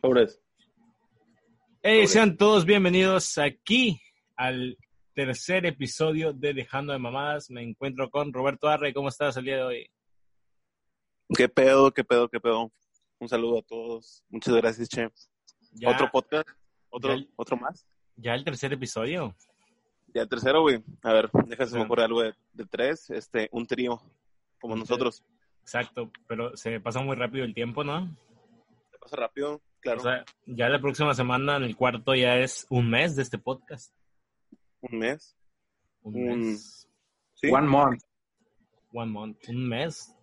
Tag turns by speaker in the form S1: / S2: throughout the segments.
S1: Sobres. Sobre.
S2: Hey, sean todos bienvenidos aquí al tercer episodio de Dejando de Mamadas. Me encuentro con Roberto Arre. ¿Cómo estás el día de hoy?
S1: ¿Qué pedo, qué pedo, qué pedo? Un saludo a todos. Muchas gracias, Che.
S2: Ya,
S1: ¿Otro podcast? ¿Otro,
S2: Ya.
S1: ¿Otro más?
S2: ya el tercer episodio.
S1: Ya el tercero, güey. A ver, déjame
S2: Claro.
S1: me ocurre algo de, de tres. Este, un trío, como
S2: Un
S1: nosotros.
S2: Exacto, pero se pasa muy rápido el tiempo, ¿no?
S1: ¿Te pasa rápido? Claro.
S2: O sea, ya la próxima semana, en el cuarto, ya es un mes de este podcast.
S1: un mes.
S2: Un
S1: Un-
S2: mes.
S1: Sí.
S3: One month.
S2: One month. Un mes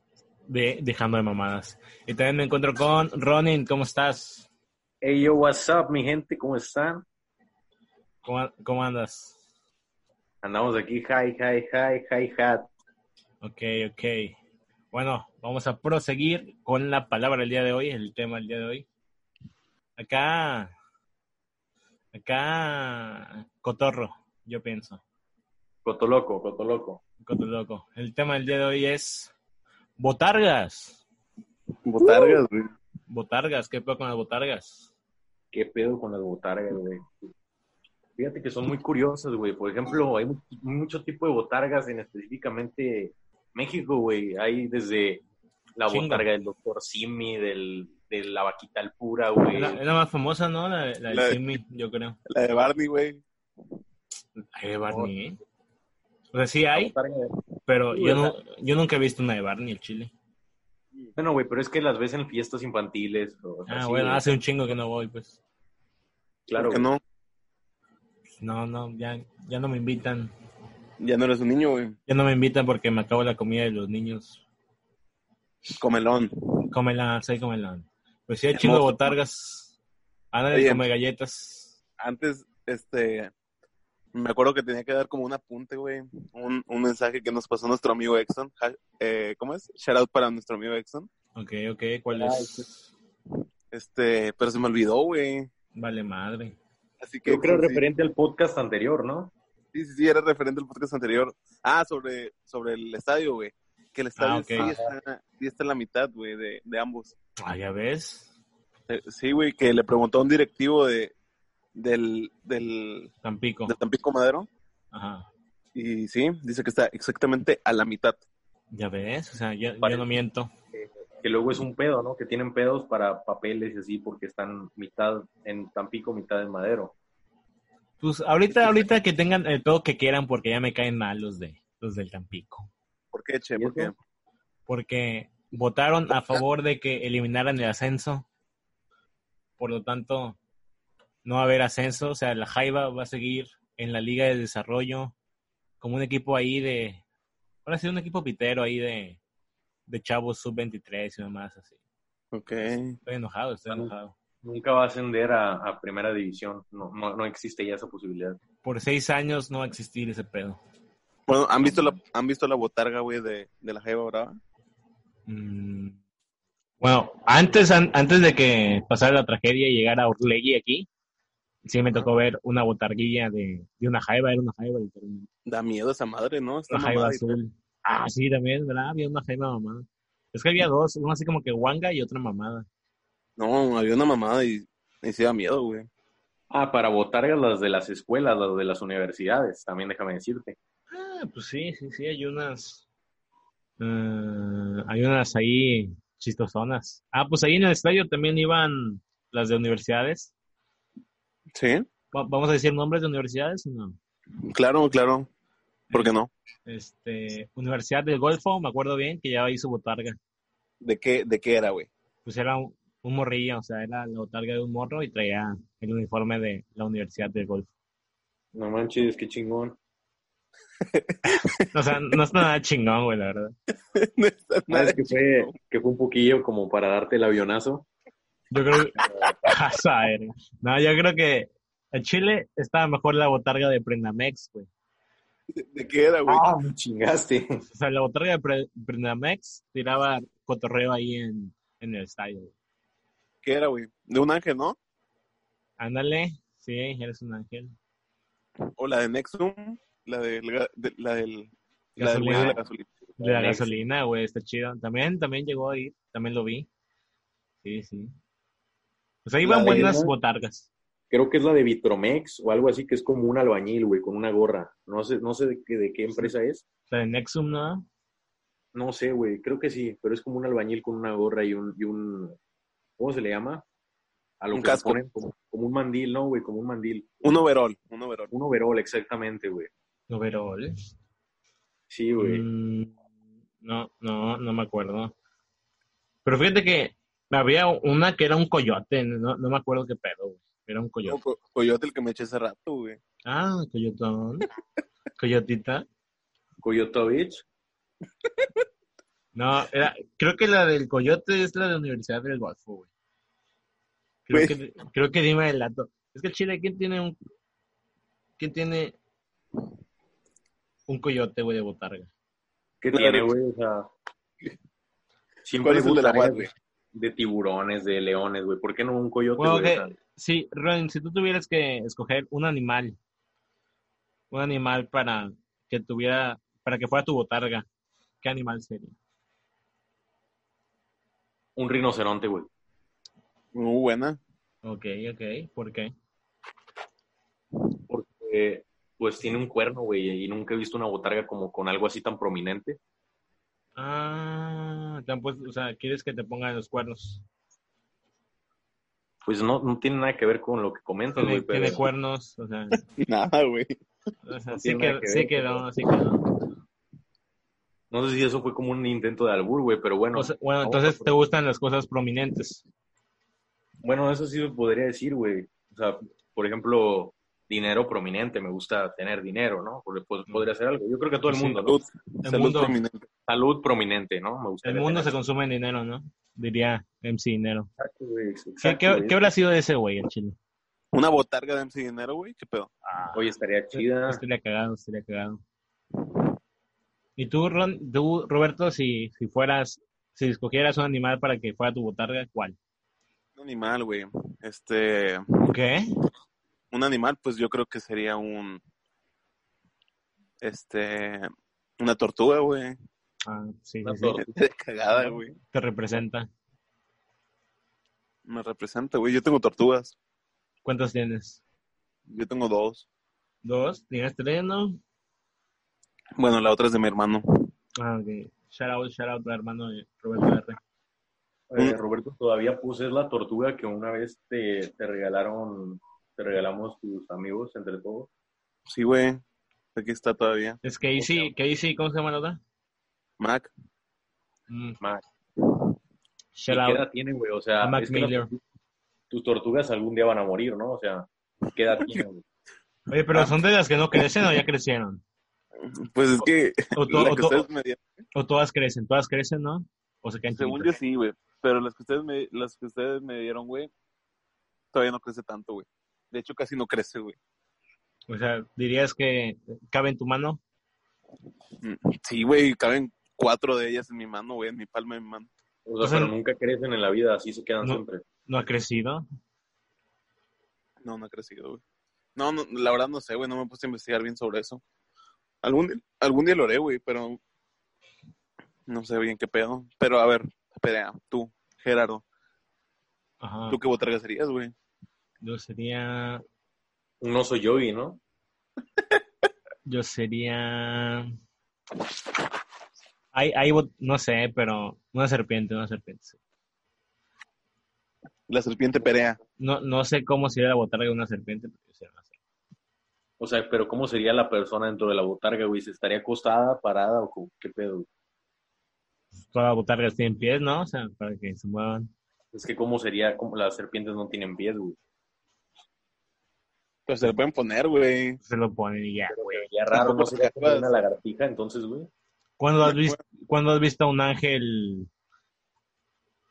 S2: de Dejando de Mamadas. Y también me encuentro con Ronin. ¿Cómo estás?
S3: Hey, yo, what's up, mi gente? ¿Cómo están?
S2: ¿Cómo, cómo andas?
S3: Andamos aquí, hi, hi, hi, hi, hat.
S2: Ok, ok. Bueno, vamos a proseguir con la palabra del día de hoy, el tema del día de hoy. Acá, acá, cotorro, yo pienso,
S3: Cotoloco, cotoloco.
S2: cotorloco. El tema del día de hoy es botargas,
S1: Botargas, güey.
S2: botargas, ¿qué pasa con las botargas?
S3: ¿Qué pedo con las botargas, güey? Fíjate que son muy curiosas, güey. Por ejemplo, hay mu- mucho tipo de botargas en específicamente México, güey. Hay desde la
S2: Chingo.
S3: botarga del doctor Simi, del, de la vaquita al pura, güey.
S2: Es la, es la más famosa, ¿no? La, la
S1: La
S2: de
S1: de-
S2: Simi, yo creo.
S1: La de Barney, güey.
S2: Ay, de Barney, ¿eh? O sea, sí
S3: La
S2: hay,
S3: botarga de-
S2: pero
S3: Sí,
S2: yo, no, yo nunca he visto una de Barney, el chile.
S3: Bueno, güey, pero es que las ves en fiestas infantiles. o sea,
S2: Ah,
S3: sí,
S2: bueno,
S3: güey.
S2: hace un chingo que no voy, pues.
S3: claro.
S1: Que
S3: güey.
S1: no,
S2: No, no, ya, ya no me invitan.
S1: ya no eres un niño, güey.
S2: Ya no me invitan porque me acabo la comida de los niños.
S1: Comelón.
S2: Comelan, sí, comelan. Pues sí, hay
S1: Hermoso.
S2: chingo de botargas. Ana de
S1: Oye.
S2: come galletas.
S1: Antes, este, me acuerdo que tenía que dar como un apunte, güey. Un, un mensaje que nos pasó nuestro amigo Exxon. Ja- eh, ¿Cómo es? Shout out para nuestro amigo Exxon.
S2: Ok, ok, ¿cuál
S3: Ay,
S2: es?
S1: Este, pero se me olvidó, güey.
S2: Vale madre.
S1: Así que. pues,
S3: Yo creo
S1: sí,
S3: referente al podcast anterior, ¿no?
S1: Sí, sí, sí, era referente al podcast anterior. Ah, sobre, sobre el estadio, güey. Que el estadio
S2: Ah, ok.
S1: sí, está, sí está en la mitad, güey, de, de ambos.
S2: Ah, ya ves.
S1: Eh, Sí, güey, que le preguntó a un directivo de, del, del,
S2: Tampico.
S1: del Tampico Madero.
S2: Ajá.
S1: Y sí, dice que está exactamente a la mitad.
S2: Ya ves, o sea, ya- yo,
S3: Parece.
S2: no miento.
S3: que luego es un pedo, ¿no? Que tienen pedos para papeles y así porque están mitad en Tampico, mitad en Madero.
S2: Pues ahorita, ahorita que tengan el pedo que quieran porque ya me caen mal los de los del Tampico.
S1: ¿Por qué, che?
S3: ¿Y
S1: ¿Por qué?
S3: eso?
S2: porque votaron a favor de que eliminaran el ascenso. Por lo tanto, no va a haber ascenso. O sea, la Jaiba va a seguir en la Liga de Desarrollo como un equipo ahí de... Ahora sí, un equipo pitero ahí de, de chavos sub-23 y demás así.
S1: Ok.
S2: Estoy enojado, estoy
S3: Ah, no.
S2: enojado.
S3: Nunca va a ascender a, a primera división. No, no, no existe ya esa posibilidad.
S2: Por seis años no va a existir ese pedo.
S1: Bueno, ¿han visto la, han visto la botarga, güey, de, de la Jaiba Brava?
S2: Mm. Bueno, antes, an- antes de que pasara la tragedia y llegara Orlegui aquí, sí me tocó ver una botarguilla de, de una jaiba, era una jaiba literalmente.
S1: Da miedo esa madre, ¿no? Está
S2: Una jaiba
S1: mamada y-
S2: azul. Ah, sí, también, ¿verdad? Había una jaiba mamada. Es que había dos, una así como que guanga y otra mamada.
S1: No, había una mamada y, y sí da miedo, güey.
S3: Ah, para botargas las de las escuelas, las de las universidades, también déjame decirte.
S2: Ah, pues sí, sí, sí, hay unas. eh, hay unas ahí chistosonas. Ah, pues ahí en el estadio también iban las de universidades.
S1: Sí,
S2: Va- ¿Vamos a decir nombres de universidades o no?
S1: claro, claro. ¿Por qué no?
S2: este, Universidad del Golfo, me acuerdo bien, que ya hizo botarga.
S1: ¿De qué, de qué era, güey?
S2: Pues era un, un morrillo, o sea, era la botarga de un morro y traía el uniforme de la Universidad del Golfo.
S3: No manches, qué chingón.
S2: O sea, no está nada chingón, güey, la verdad.
S1: No está nada
S3: ¿Sabes que fue, que fue un poquillo como para darte el avionazo?
S2: Yo creo que... Ah, sabe. no, yo creo que en Chile estaba mejor la botarga de Prendamex, güey.
S1: ¿De, de qué era, güey?
S3: Ah, me chingaste.
S2: O sea, la botarga de Pre- Prendamex tiraba cotorreo ahí en, en el estadio. güey.
S1: ¿Qué era, güey? De un ángel, ¿no?
S2: Ándale, sí, eres un ángel.
S1: O la de Nexum, la del, ga- de- la del, la del güey de la gasolina.
S2: De la
S3: Next.
S2: gasolina, güey, está chido. También, también llegó ahí, también lo vi. Sí, sí. O sea, iban
S3: La
S2: buenas
S3: neta.
S2: botargas.
S3: Creo que es la de Vitromex o algo así, que es como un albañil, güey, con una gorra. No sé, no sé de qué, de qué empresa es.
S2: La de Nexum, ¿no?
S3: No sé, güey, creo que sí, pero es como un albañil con una gorra y un, y un ¿cómo se le llama? A lo
S1: Un
S3: que le
S1: casco.
S3: ponen como, como un mandil, ¿no, güey? Como un mandil.
S1: Un overall, un overall.
S3: Un overol, exactamente, güey.
S2: Overol.
S3: Sí, güey.
S2: Mm, no, no, no me acuerdo. Pero fíjate que había una que era un coyote, no, no me acuerdo qué pedo, güey. Era un
S1: No,
S2: coyote.
S1: co- coyote el que me eché hace rato, güey.
S2: Ah, coyotón. Coyotita.
S3: Coyotovich.
S2: No, era, creo que la del coyote es la de Universidad del Golfo, güey.
S1: Güey.
S2: Creo que, creo que Dima del Lato. Es que Chile, ¿quién tiene un. ¿Quién tiene un coyote, güey, de botarga?
S3: ¿Qué
S1: Claro.
S3: tiene, güey? O sea, siempre
S1: ¿Cuál es el de la
S3: botargas
S1: UAD, güey?
S3: de tiburones, de leones, güey. ¿Por qué no un coyote,
S2: Bueno,
S3: güey?
S2: que-
S3: O sea,
S2: Sí, Ron, si tú tuvieras que escoger un animal, un animal para que tuviera, para que fuera tu botarga, ¿qué animal sería?
S3: un rinoceronte, güey.
S1: Muy Uh, buena.
S2: Ok, ok, ¿por qué?
S3: Porque, pues, tiene un cuerno, güey, y nunca he visto una botarga como con algo así tan prominente.
S2: Ah, te han puesto- o sea, quieres que te pongan los cuernos.
S3: Pues no, no tiene nada que ver con lo que comentan,
S2: Tiene,
S3: güey, pero...
S2: tiene cuernos, o sea,
S1: Nada, güey.
S2: o sea,
S3: No
S2: sí,
S3: tiene nada
S2: quedó,
S3: que
S2: sí
S3: ver,
S2: quedó, sí quedó.
S3: No sé si eso fue como un intento de albur, güey, pero bueno.
S2: O sea, Pues, bueno, entonces te gustan las cosas prominentes.
S3: Bueno, eso sí podría decir, güey. O sea, por ejemplo, dinero prominente. Me gusta tener dinero, ¿no? Porque pues, podría hacer algo. Yo creo que a todo el
S2: Sí.
S3: mundo, ¿no?
S1: Salud, salud
S2: mundo.
S1: prominente.
S3: Salud prominente, ¿no? Me gusta
S2: El mundo se consume en dinero, ¿no? Diría MC Dinero.
S3: Ah,
S2: ¿Qué,
S3: pues.
S2: qué, qué habrá sido de ese güey, el chile?
S1: Una botarga de MC Dinero, güey. ¿Qué pedo?
S3: Oye, estaría
S2: este,
S3: chida.
S2: Estaría cagado, estaría cagado. ¿Y tú, Ron, tú Roberto, si, si fueras, si escogieras un animal para que fuera tu botarga, cuál?
S1: Un animal, güey. Este,
S2: ¿Qué?
S1: un animal, pues yo creo que sería un, este, una tortuga, güey.
S2: Ah, sí,
S3: Una
S2: sí, sí,
S3: tortuga.
S1: Cagada, güey.
S2: te representa.
S1: Me representa, güey. Yo tengo tortugas.
S2: ¿Cuántas tienes?
S1: Yo tengo dos.
S2: ¿Dos? ¿Tienes tres, no?
S1: Bueno, la otra es de mi hermano.
S2: Ah, ok. Shout out, shout out, hermano de Roberto R.
S3: Eh,
S2: este,
S3: Roberto, todavía puse la tortuga que una vez te, te regalaron, te regalamos tus amigos entre todos.
S1: Sí, güey. Aquí está todavía.
S2: Es que ahí sí, que ahí sí, ¿cómo se llama la otra?
S1: Mac.
S2: Mm,
S3: Mac. ¿Y
S2: Shout
S3: ¿Qué
S2: out.
S3: edad tiene, güey? O sea,
S2: A Mac
S3: es que las-
S2: Miller.
S3: tus tortugas algún día van a morir, ¿no? O sea, ¿qué edad tiene, güey?
S2: Oye, pero son de las que no crecen o ya crecieron.
S1: Pues es que,
S2: O, to-
S1: la
S2: o
S1: que
S2: to-
S1: ustedes me dieron,
S2: o todas crecen, todas crecen, ¿no? O se quedan
S1: según yo
S2: chiquitas.
S1: sí, güey. Pero las que ustedes me, las que ustedes me dieron, güey, todavía no crece tanto, güey. De hecho, casi no crece, güey.
S2: O sea, dirías que cabe en tu mano.
S1: Sí, güey, caben cuatro de ellas en mi mano, güey, en mi palma de mi mano.
S3: O sea,
S2: O sea,
S3: pero nunca crecen en la vida, así se quedan
S2: no.
S3: siempre.
S2: no ha crecido.
S1: No, no ha crecido, güey. No, no, la verdad no sé, güey, no me puse a investigar bien sobre eso. Algún, di- algún día lo haré, güey, pero no sé bien qué pedo. Pero a ver, espera, tú, Gerardo,
S2: Ajá.
S1: ¿tú qué botarga serías, güey?
S2: Yo sería.
S3: Un oso yogi, ¿no?
S2: Yo sería. Hay, hay, bot- no sé, pero una serpiente, una serpiente. sí.
S1: La serpiente perea.
S2: No, no sé cómo sería la botarga de una serpiente, pero yo sería una serpiente.
S3: O sea, pero ¿cómo sería la persona dentro de la botarga, güey? ¿Se estaría acostada, parada o cómo- qué pedo? güey?
S2: Todas las botargas tienen pies, ¿no? O sea, para que se muevan.
S3: Es que ¿cómo sería? Como las serpientes no tienen pies, güey.
S1: Pues se le pueden poner, güey.
S2: Se lo ponen y ya.
S3: Güey, ya raro, ¿no sería como
S1: Pues-
S3: una lagartija entonces, güey?
S2: ¿Cuándo has, visto, ¿Cuándo has visto a un ángel.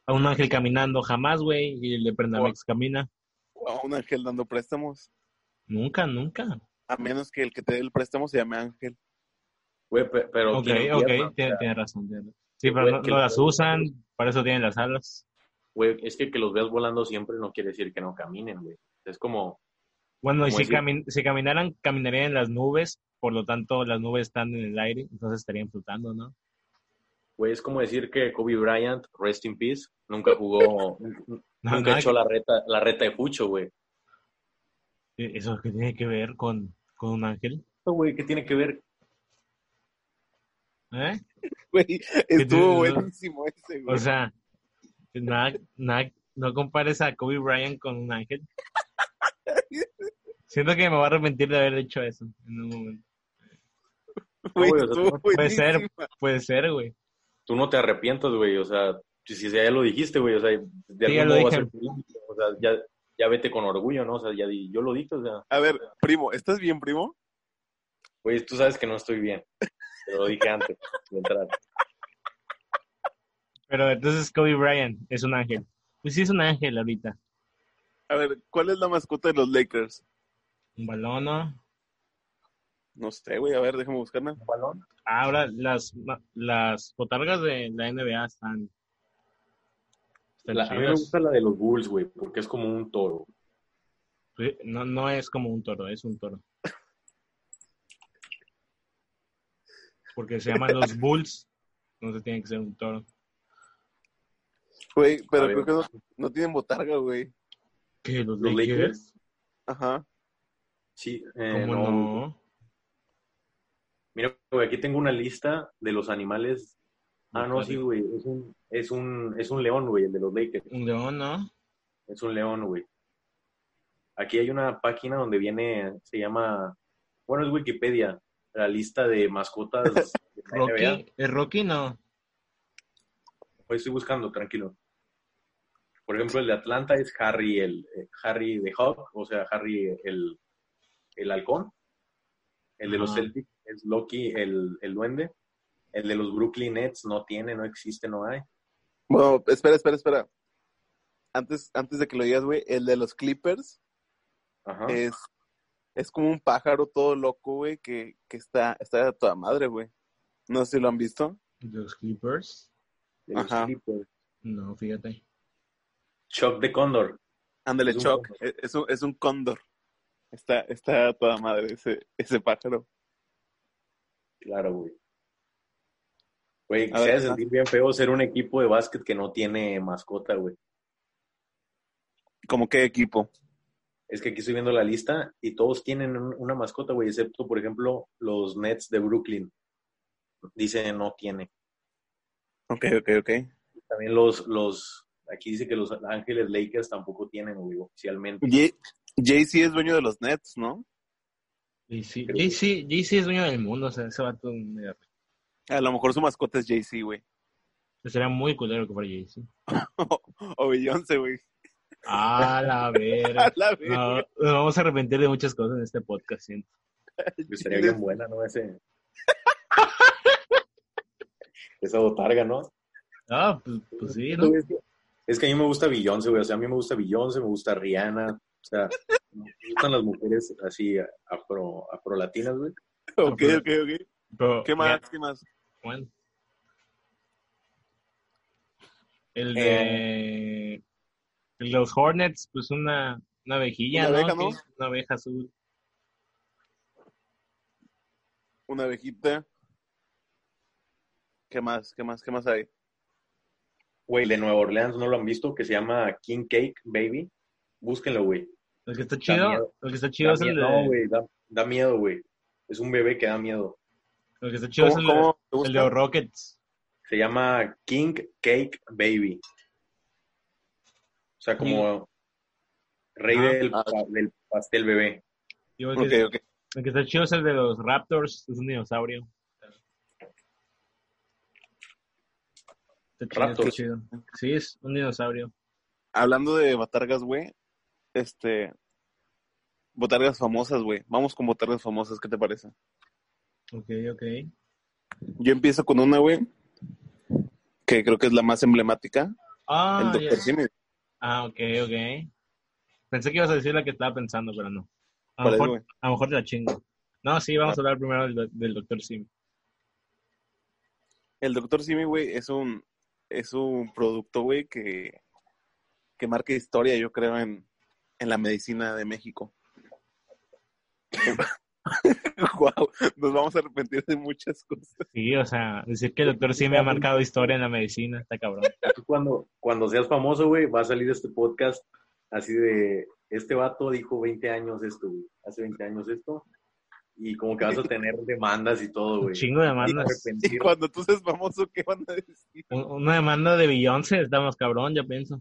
S2: a un ángel caminando? Jamás, güey. Y el de Prendamex camina.
S1: O un ángel dando préstamos.
S2: Nunca, nunca.
S1: A menos que el que te dé el préstamo se llame ángel.
S3: Güey, pe- pero
S2: Ok,
S3: tienen
S2: ok,
S3: piernas, o sea,
S2: tiene, tiene razón. tiene razón. Sí, pero
S3: güey,
S2: no,
S3: que
S2: no
S3: le
S2: las
S3: puede-
S2: usan, para eso tienen las alas.
S3: Güey, es que que los veas volando siempre no quiere decir que no caminen, güey. Es como,
S2: Bueno, y
S3: Como
S2: si,
S3: decir-
S2: camin- si caminaran, caminarían en las nubes, por lo tanto las nubes están en el aire, entonces estarían flotando, ¿no?
S3: güey, es como decir que Kobe Bryant, rest in peace, nunca jugó,
S2: No,
S3: Nunca
S2: nada
S3: echó la reta, la reta de Pucho, güey.
S2: que- eh, ¿Eso qué tiene que ver con, con un ángel?
S3: Esto, güey, ¿qué tiene que ver?
S2: ¿Eh?
S1: Güey, estuvo
S2: dices, no? Pues,
S1: buenísimo ese, güey.
S2: O sea, nada, nada, no compares a Kobe Bryant con un ángel. Siento que me voy a arrepentir de haber hecho eso en un momento.
S1: Güey,
S3: güey, o sea,
S1: estuvo
S3: no
S2: puede ser.
S1: buenísima.
S2: Puede ser, güey.
S3: Tú no te arrepientas, güey. O sea, si, si ya lo dijiste, güey. O sea, de
S2: Sí, ya
S3: algún
S2: lo
S3: modo va a
S2: dije.
S3: ser público, O sea, ya, ya vete con orgullo, ¿no? O sea, ya di- yo lo dije, o sea,
S1: A ver, primo, ¿estás bien, primo?
S3: güey, tú sabes que no estoy bien. Te lo dije antes de entrar.
S2: Pero entonces Kobe Bryant es un ángel. Pues sí es un ángel ahorita.
S1: A ver, ¿cuál es la mascota de los Lakers?
S2: Un balón, ¿no?
S1: No sé, güey, a ver, déjame buscarla.
S3: ¿Balón?
S2: Ahora las, ma- las botargas de la NBA están... están
S3: La- a mí me
S2: chidas.
S3: gusta la de los Bulls, güey, porque es como un toro.
S2: Sí, No, no es como un toro, es un toro. Porque se llaman los bulls, entonces tiene que ser un toro.
S1: Güey, pero
S3: A ver.
S1: creo que no, no tienen botarga, güey.
S2: ¿Qué? ¿Los,
S3: ¿Los
S2: Lakers?
S3: Lakers?
S1: Ajá.
S3: Sí, eh,
S2: ¿Cómo
S3: no, güey.
S2: no?
S3: Mira, güey, aquí tengo una lista de los animales. Ah, no, sí, güey. Es un, es un, es un león, güey, el de los Lakers.
S2: Un león, ¿no?
S3: Es un león, güey. Aquí hay una página donde viene, se llama, bueno, es Wikipedia, la lista de mascotas. de la NBA.
S2: Rocky, ¿es Rocky? No.
S3: Hoy estoy buscando, tranquilo. Por ejemplo, el de Atlanta es Harry el eh, Harry the Hawk, o sea, Harry el, el halcón. El de los
S2: Ajá.
S3: Celtics es Loki el, el duende. El de los Brooklyn Nets no tiene, no existe, no hay.
S1: Bueno, espera, espera, espera. Antes, antes de que lo digas, güey, el de los Clippers
S3: Ajá.
S1: es, es como un pájaro todo loco, güey, que, que está, está a toda madre, güey. No sé si lo han visto.
S2: ¿Los Clippers?
S3: De los
S1: ajá.
S3: Clippers.
S2: No, fíjate.
S3: Chuck the Condor.
S1: Ándale,
S3: Es un
S1: Chuck.
S3: cóndor.
S1: Es, es un, es un cóndor. Está, está a toda madre ese, ese pájaro.
S3: Claro, güey. Güey,
S1: A
S3: se
S1: ver,
S3: hace sentir bien feo ser un equipo de básquet que no tiene mascota, güey.
S1: ¿Cómo qué equipo?
S3: Es que aquí estoy viendo la lista y todos tienen un- una mascota, güey, excepto, por ejemplo, los Nets de Brooklyn. Dice no tiene.
S1: Ok, ok, ok.
S3: También los, los, aquí dice que los Ángeles Lakers tampoco tienen, güey, oficialmente.
S1: Ye- Jay-Z es dueño de los Nets, ¿no?
S2: JC JC es dueño del mundo, o sea, ese vato... mira,
S1: A lo mejor su mascota es Jay-Z, güey.
S2: Sería muy culero que fuera JC.
S1: o Beyoncé, güey.
S2: Ah, la
S1: A
S2: verga.
S1: la vez.
S2: No, nos vamos a arrepentir de muchas cosas en este podcast, siento.
S3: Que Sería bien buena, ¿no? Ese... Esa botarga, ¿no?
S2: Ah, pues, pues sí, ¿no?
S3: Es que- Es que a mí me gusta Beyoncé, güey. O sea, a mí me gusta Beyoncé, me gusta Rihanna. O sea, me gustan las mujeres así afro, afrolatinas, güey.
S1: Ok, ok, ok.
S2: Pero,
S1: ¿Qué más? ¿Qué más?
S2: Bueno. El de el de los Hornets, pues una, una abejilla,
S1: Una
S2: ¿no?
S1: abeja, ¿no?
S2: Que- Una abeja azul.
S1: Una abejita. ¿Qué más? ¿Qué más? ¿Qué más hay?
S3: Güey, de Nueva Orleans, ¿no lo han visto? Que se llama King Cake Baby. Búsquenlo, güey.
S2: El que está chido,
S3: miedo.
S2: el que está chido
S3: Da
S2: es el
S3: miedo,
S2: de
S3: No, güey, da, da miedo, güey. Es un bebé que da miedo.
S2: el que está chido es
S1: ¿Cómo,
S2: el,
S1: cómo
S2: de,
S1: te gusta?
S2: el de los Rockets.
S3: Se llama King Cake Baby. O sea, como rey
S2: Ah,
S3: del,
S1: ah.
S3: pa- del pastel bebé.
S2: Digo, el,
S1: Ok,
S2: que,
S1: ok.
S2: el que está chido es el de los Raptors, es un dinosaurio. Está chido, está
S3: Raptors.
S2: chido. Sí, es un dinosaurio.
S1: Hablando de batargas, güey. Este. Botargas famosas, güey. Vamos con botargas famosas, ¿qué te parece?
S2: Ok, ok.
S1: Yo empiezo con una, güey. Que creo que es la más emblemática. el
S2: Ah, ya.
S1: Dr. Simi.
S2: Ah, ok, ok. Pensé que ibas a decir la que estaba pensando, pero no. A lo
S1: ¿Cuál es,
S2: mejor,
S1: güey?
S2: a lo mejor te la chingo. No, sí, vamos a hablar primero del, doctor Sim.
S1: El Dr. Simi, güey, es un, es un producto, güey, que, que marca historia, yo creo, en, en la medicina de México. wow, nos vamos a arrepentir de muchas cosas.
S2: Sí, o sea, decir que el doctor sí me ha marcado historia en la medicina, está cabrón.
S3: Tú cuando, cuando seas famoso, güey, va a salir este podcast así de, este vato dijo 20 años esto, güey, hace 20 años esto, y como que vas a tener demandas y todo,
S2: Un
S3: güey.
S2: chingo de demandas.
S1: Y
S3: Arrepentido.
S1: cuando tú seas famoso, ¿qué van a decir?
S2: Un- Una demanda de Beyoncé, está más cabrón, yo pienso.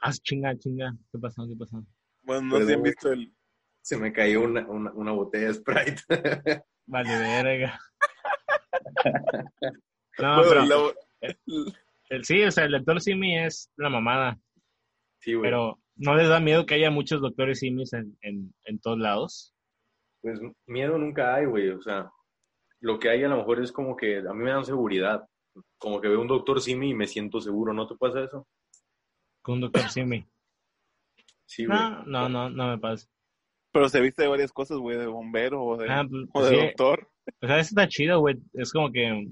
S2: Ah, chinga, chinga. ¿Qué pasó? ¿Qué pasó?
S1: Bueno, no sé si han visto el...
S3: Se me cayó una, una, una botella de Sprite.
S2: Vale, verga.
S1: bueno,
S2: No, Ah, pero
S1: la-
S2: el- sí, o sea, el doctor Simi es la mamada,
S3: Sí, güey.
S2: pero ¿no les da miedo que haya muchos doctores Simis en, en, en todos lados?
S3: Pues miedo nunca hay, güey. O sea, lo que hay a lo mejor es como que a mí me dan seguridad. Como que veo un doctor Simi y me siento seguro. ¿No te pasa eso?
S2: Con un doctor Simi.
S3: Sí, güey.
S2: No, no, no, no me pasa.
S1: Pero se viste de varias cosas, güey, de bombero o de,
S2: Ah, pues,
S1: o de
S2: sí,
S1: doctor.
S2: o sea, eso está chido, güey. Es como que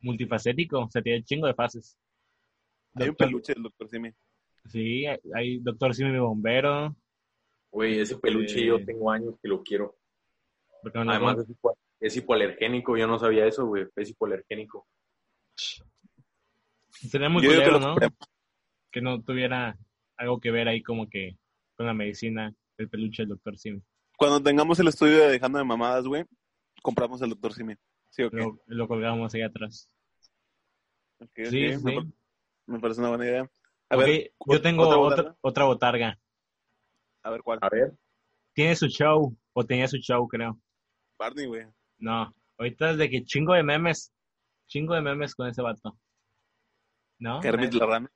S2: multifacético, o sea, tiene chingo de fases.
S1: Hay un
S2: Doctor-
S1: peluche del doctor Simi.
S2: Sí, hay- hay doctor Simi bombero.
S3: Güey, ese peluche
S2: Eh.
S3: yo tengo años que lo quiero.
S2: porque Ah, no lo
S3: Además
S2: encuentro.
S3: es, hipo- es hipoalergénico. Yo no sabía eso, güey. Es hipoalergénico.
S2: Sería muy
S1: Yo digo que
S2: culero,
S1: los
S2: ¿no?
S1: pre-
S2: Que no tuviera algo que ver ahí como que con la medicina, el peluche del doctor Simi.
S1: Cuando tengamos el estudio de Dejando de Mamadas, güey, compramos el doctor Simi. Sí, ok.
S2: Lo, lo colgamos ahí atrás.
S1: Ok, ok,
S2: Sí, sí.
S1: Me, par- me parece una buena idea. A
S2: Ok,
S1: ver,
S2: yo tengo
S1: otra
S2: otra,
S1: botarga.
S2: otra botarga.
S1: A ver cuál.
S3: A ver.
S2: Tiene su show, o tenía su show, creo.
S1: Barney, güey.
S2: No, ahorita es de que chingo de memes. Chingo de memes con ese vato. ¿No?
S1: Kermit la rana.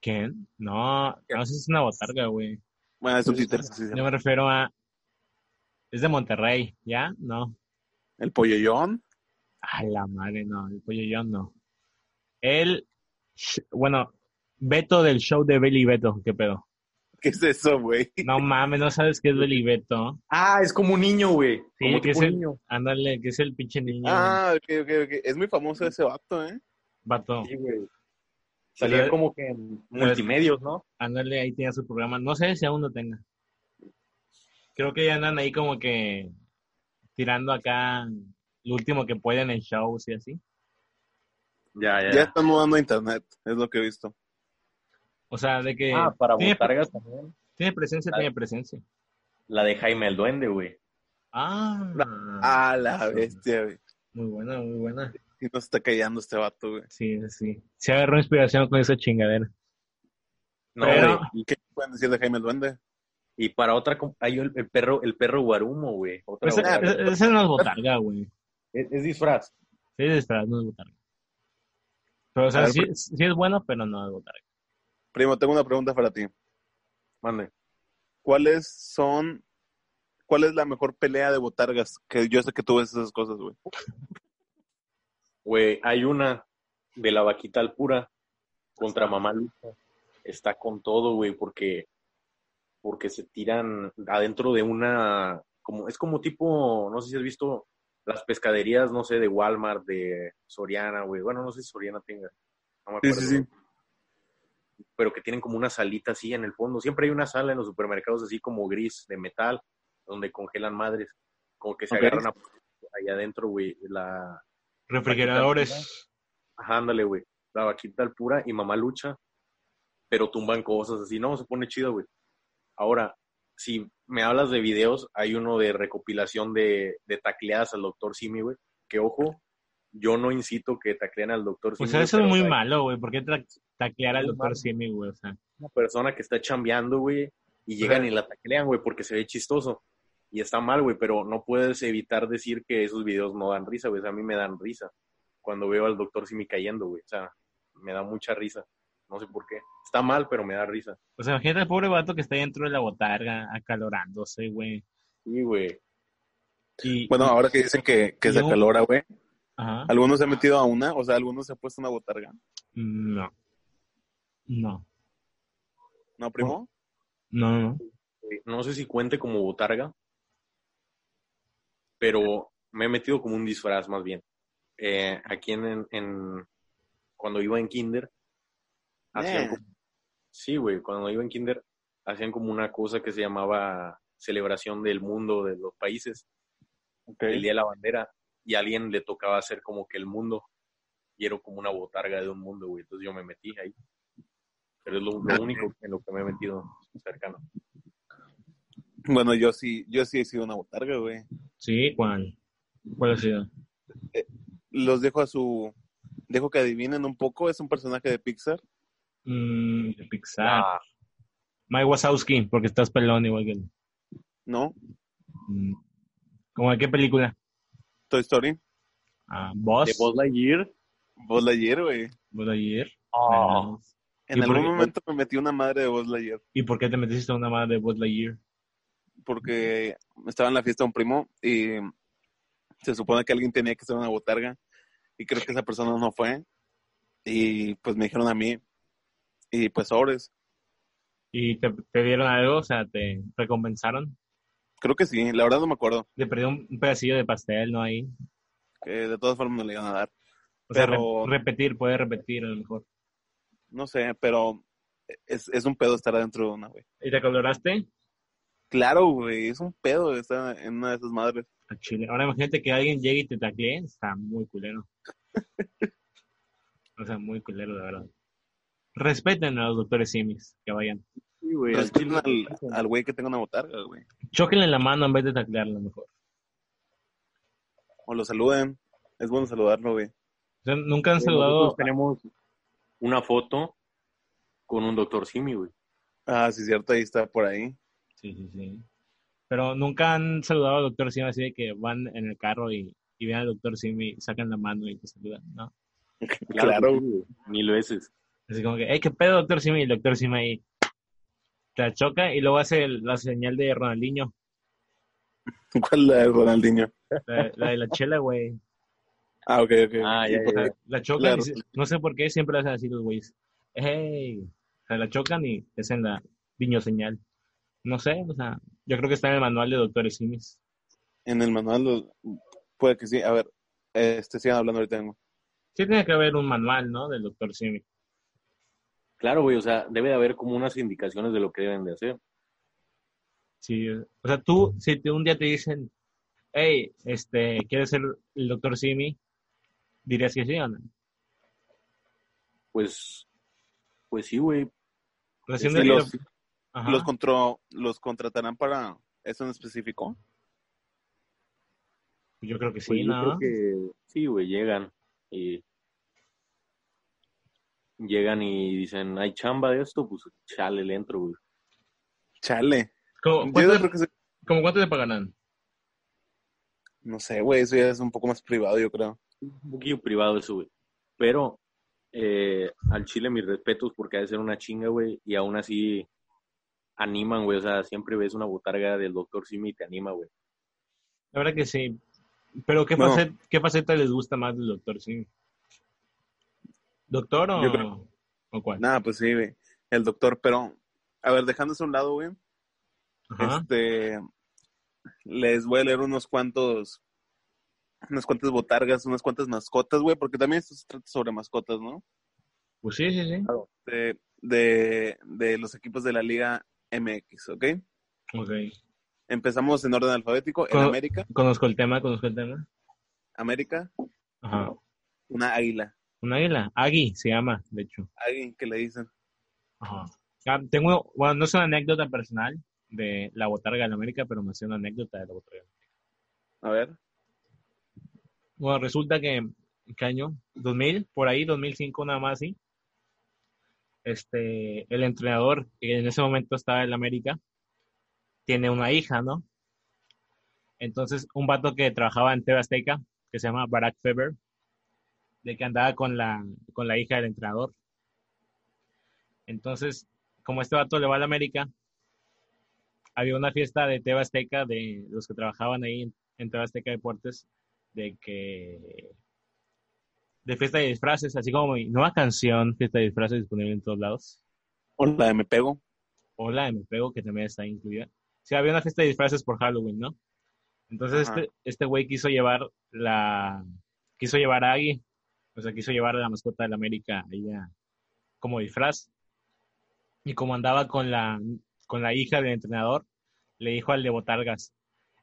S2: ¿Quién? No, no, eso es una botarga, güey.
S1: Bueno, es un títer. sí, sí, sí.
S2: Yo me refiero a... Es de Monterrey, ¿ya? No.
S1: El pollollón.
S2: Ay, la madre, no, el pollo yo no. El, sh- bueno, Beto del show de Beli y Beto, qué pedo.
S1: ¿Qué es eso, güey?
S2: No mames, no sabes qué es Beli y Beto.
S3: Ah, es como un niño, güey.
S2: Sí,
S3: como
S2: que
S3: tipo
S2: es el-
S3: niño.
S2: Ándale, que es el pinche niño,
S1: Ah, ok, ok, ok. Es muy famoso ese vato, ¿eh?
S2: vato.
S3: Sí, güey. Salía
S2: Pero-
S3: como que en multimedios, ¿no?
S2: Ándale, ahí tenía su programa. No sé si aún lo tenga. Creo que ya andan ahí como que tirando acá lo último que pueden en shows y así.
S3: Ya, ya.
S1: Ya están mudando a internet, es lo que he visto.
S2: O sea, de que
S3: Ah, para
S2: tiene,
S3: botargas también.
S2: tiene presencia,
S3: Ah.
S2: tiene presencia.
S3: La de Jaime el Duende, güey.
S2: Ah,
S1: A la bestia, güey.
S2: muy buena, muy buena.
S1: Y nos está callando este vato, güey.
S2: Sí, sí. Se agarró inspiración con esa chingadera.
S3: No,
S2: Pero-
S3: güey.
S1: ¿Qué pueden decir de Jaime el Duende?
S3: Y para otra, com- hay el, el perro, el perro guarumo, güey. Otra
S2: Esa,
S3: botarga.
S2: esa- esa no es botarga, güey.
S3: Es, es disfraz.
S2: Sí, es disfraz, no es botarga. Pero, o
S1: A
S2: sea,
S1: ver,
S2: sí,
S3: pues.
S2: sí es bueno, pero no es botarga.
S1: Primo, tengo una pregunta para ti.
S3: Mande.
S1: ¿Cuáles son... ¿Cuál es la mejor pelea de botargas? Que yo sé que tú ves esas cosas, güey.
S3: Güey, hay una de la vaquita al pura contra mamá Lucha. Está con todo, güey, porque, porque se tiran adentro de una. como Es como tipo, no sé si has visto las pescaderías, no sé, de Walmart, de Soriana, güey. Bueno, no sé si Soriana tenga. No me
S1: Sí,
S3: acuerdo,
S1: sí, sí.
S3: güey. pero que tienen como una salita así en el fondo. Siempre hay una sala en los supermercados así como gris, de metal, donde congelan madres. Como que se
S1: Ok.
S3: agarran a, ahí adentro, güey. La,
S2: Refrigeradores.
S3: ajá, ándale, güey. La vaquita al pura y mamá lucha, pero tumban cosas así. No, se pone chido, güey. Ahora, si me hablas de videos, hay uno de recopilación de, de tacleadas al doctor Simi, güey. Que ojo, yo no incito que tacleen al doctor Simi.
S2: O sea,
S3: güey,
S2: eso Pues es
S3: pero
S2: muy
S3: hay-
S2: malo, güey. ¿Por qué tra- taclear al
S3: Muy
S2: doctor
S3: malo.
S2: Simi, güey? O sea,
S3: una persona que está chambeando, güey, y llegan y la taclean, güey, porque se ve chistoso. Y está mal, güey, pero no puedes evitar decir que esos videos no dan risa, güey. O sea, a mí me dan risa cuando veo al doctor Simi cayendo, güey. O sea, me da mucha risa. No sé por qué. Está mal, pero me da risa.
S2: o sea, imagínate al pobre vato que está ahí dentro de la botarga, acalorándose, güey.
S3: Sí, güey.
S2: Y,
S1: Bueno, ahora que dicen que, que se
S2: Yo-
S1: acalora, ah, güey.
S2: ajá.
S1: Algunos se han metido a una, o sea, algunos se han puesto una botarga.
S2: No. No.
S1: ¿No, primo?
S2: No, no.
S3: Eh, No sé si cuente como botarga, pero me he metido como un disfraz más bien. Eh, aquí en, en- en- Cuando iba en kinder, hacían
S1: Eh.
S3: como- Sí, güey, cuando iba en kinder, hacían como una cosa que se llamaba celebración del mundo de los países,
S2: Oh,
S3: el
S1: Okay.
S3: Día de la Bandera, y a alguien le tocaba hacer como que el mundo, y era como una botarga de un mundo, güey. Entonces yo me metí ahí. Pero es lo, lo único en lo que me he metido cercano.
S1: Bueno, yo sí, yo sí he sido una botarga, güey.
S2: Sí, ¿cuál? ¿Cuál ha sido?
S1: Los dejo a su. Dejo que adivinen un poco. Es un personaje de Pixar.
S2: Mm, de Pixar.
S3: Ah,
S2: Mike Wazowski, porque estás pelón igual que él.
S1: No,
S2: Mm. ¿Cómo de qué película?
S1: Toy Story.
S2: Ah, ¿Boss?
S3: de Buzz Lightyear.
S1: Buzz Lightyear, güey.
S2: ¿Buzz Lightyear?
S3: Ah,
S2: Ah. ¿Y
S1: En
S2: por
S1: algún
S2: qué?
S1: momento me metí una madre de Buzz Lightyear.
S2: ¿Y por qué te metiste a una madre de Buzz Lightyear?
S1: Porque estaba en la fiesta de un primo y se supone que alguien tenía que ser una botarga. Y creo que esa persona no fue. Y pues me dijeron a mí. Y pues sobres.
S2: ¿Y te, te dieron algo? O sea, ¿te recompensaron?
S1: Creo que sí. La verdad no me acuerdo.
S2: Te perdí un un pedacillo de pastel, ¿no? Ahí.
S1: que de todas formas no le iban a dar.
S2: O sea,
S1: Pero-
S2: re- repetir, puedes repetir a lo mejor.
S1: No sé, pero es, es un pedo estar adentro de una, güey.
S2: ¿Y te coloraste?
S1: Claro, güey, es un pedo estar en una de esas madres.
S2: A Chile. Ahora imagínate que alguien llegue y te taclee. Está muy culero. o sea, muy culero, de verdad. Respeten a los doctores simis que vayan.
S3: sí, güey, al
S1: Respeten
S3: chile.
S1: al al güey que tenga una botarga, güey.
S2: Chóquenle la mano en vez de taclearla mejor.
S1: O lo saluden. Es bueno saludarlo, güey.
S2: O sea, nunca han
S3: Güey,
S2: saludado.
S3: nosotros tenemos una foto con un doctor Simi, güey.
S1: Ah, sí, cierto, ahí está por ahí.
S2: Sí, sí, sí. Pero nunca han saludado al doctor Simi así de que van en el carro y, y ven al doctor Simi, sacan la mano y te saludan, ¿no?
S1: Claro,
S3: que sí, güey, mil veces.
S2: Así como que, hey, ¿qué pedo, doctor Simi? Y el doctor Simi ahí te choca y luego hace el- la señal de Ronaldinho,
S1: ¿Cuál es la de Ronaldinho?
S2: la, la de la chela, güey.
S1: Ah, ok, ok.
S3: Ah, ya,
S1: Sí, pues,
S3: ya, ya.
S2: La chocan,
S1: Claro.
S2: y se- no sé por qué, siempre hacen así los güeyes. Hey, o sea, la chocan y hacen la niño señal. No sé, o sea, yo creo que está en el manual de doctores Simis.
S1: En el manual lo- puede que sí. A ver, este sigan hablando ahorita. mismo.
S2: Sí tiene que haber un manual, ¿no? Del doctor Simi.
S3: Claro, güey, o sea, debe de haber como unas indicaciones de lo que deben de hacer.
S2: Sí, o sea, tú, si te- un día te dicen, hey, este, ¿quieres ser el doctor Simi? ¿Dirías que sí o no?
S3: Pues, pues sí, güey.
S2: Recién
S1: Sí,
S2: leído-
S1: los,
S2: Ajá.
S1: los contro- los contratarán para eso en específico.
S2: Yo creo que sí,
S3: Pues yo
S2: ¿no?
S3: creo que sí, güey, llegan y llegan y dicen, hay chamba de esto, pues chale, le entro, güey.
S1: Chale.
S2: ¿Cómo,
S1: Yo
S2: cuánto,
S1: creo que sí.
S2: cómo cuánto te pagarán?
S1: No sé, güey, eso ya es un poco más privado, yo creo.
S3: Un poquillo privado eso, güey. Pero eh, al Chile mis respetos porque ha de ser una chinga, güey, y aún así animan, güey. O sea, siempre ves una botarga del doctor Simi y te anima, güey.
S2: La verdad que sí. Pero ¿qué,
S1: No.
S2: facet- qué faceta les gusta más del doctor Simi? ¿Doctor o,
S1: Yo creo-
S2: o cuál?
S1: Nada, pues sí, güey. El doctor, pero, a ver, dejándose a un lado, güey,
S2: Ajá.
S1: este, les voy a leer unos cuantos, unas cuantas botargas, unas cuantas mascotas, güey, porque también esto se trata sobre mascotas, ¿no?
S2: Pues sí, sí, sí.
S1: De, de, de los equipos de la Liga MX, ¿ok?
S2: Ok.
S1: Empezamos en orden alfabético, en
S2: Con-
S1: América,
S2: Conozco el tema, conozco el tema.
S1: América,
S2: Ajá.
S1: una águila,
S2: Un águila. Agui se llama, de hecho.
S1: alguien que le dicen,
S2: Ajá. Ah, tengo, bueno, no es una anécdota personal de la botarga de la América, pero me hace una anécdota de la botarga.
S1: a ver,
S2: Bueno, resulta que, ¿qué año? 2000, por ahí, 2005 nada más, sí. Este, el entrenador que en ese momento estaba en la América, tiene una hija, ¿no? Entonces, un vato que trabajaba en TV Azteca, que se llama Barack Feber, de que andaba con la, con la hija del entrenador. Entonces, como este vato le va a la América, había una fiesta de TV Azteca, de los que trabajaban ahí en, en TV Azteca Deportes, de que de fiesta de disfraces, así como mi nueva canción, fiesta de disfraces disponible en todos lados.
S1: hola, me pego,
S2: Hola, me pego, que también está incluida. Sí, había una fiesta de disfraces por Halloween, ¿no? Entonces
S1: Ajá.
S2: este este güey quiso llevar la quiso llevar a Aggie, o sea, quiso llevar a la mascota de la América ahí a- como disfraz. Y como andaba con la con la hija del entrenador, le dijo al de Botargas,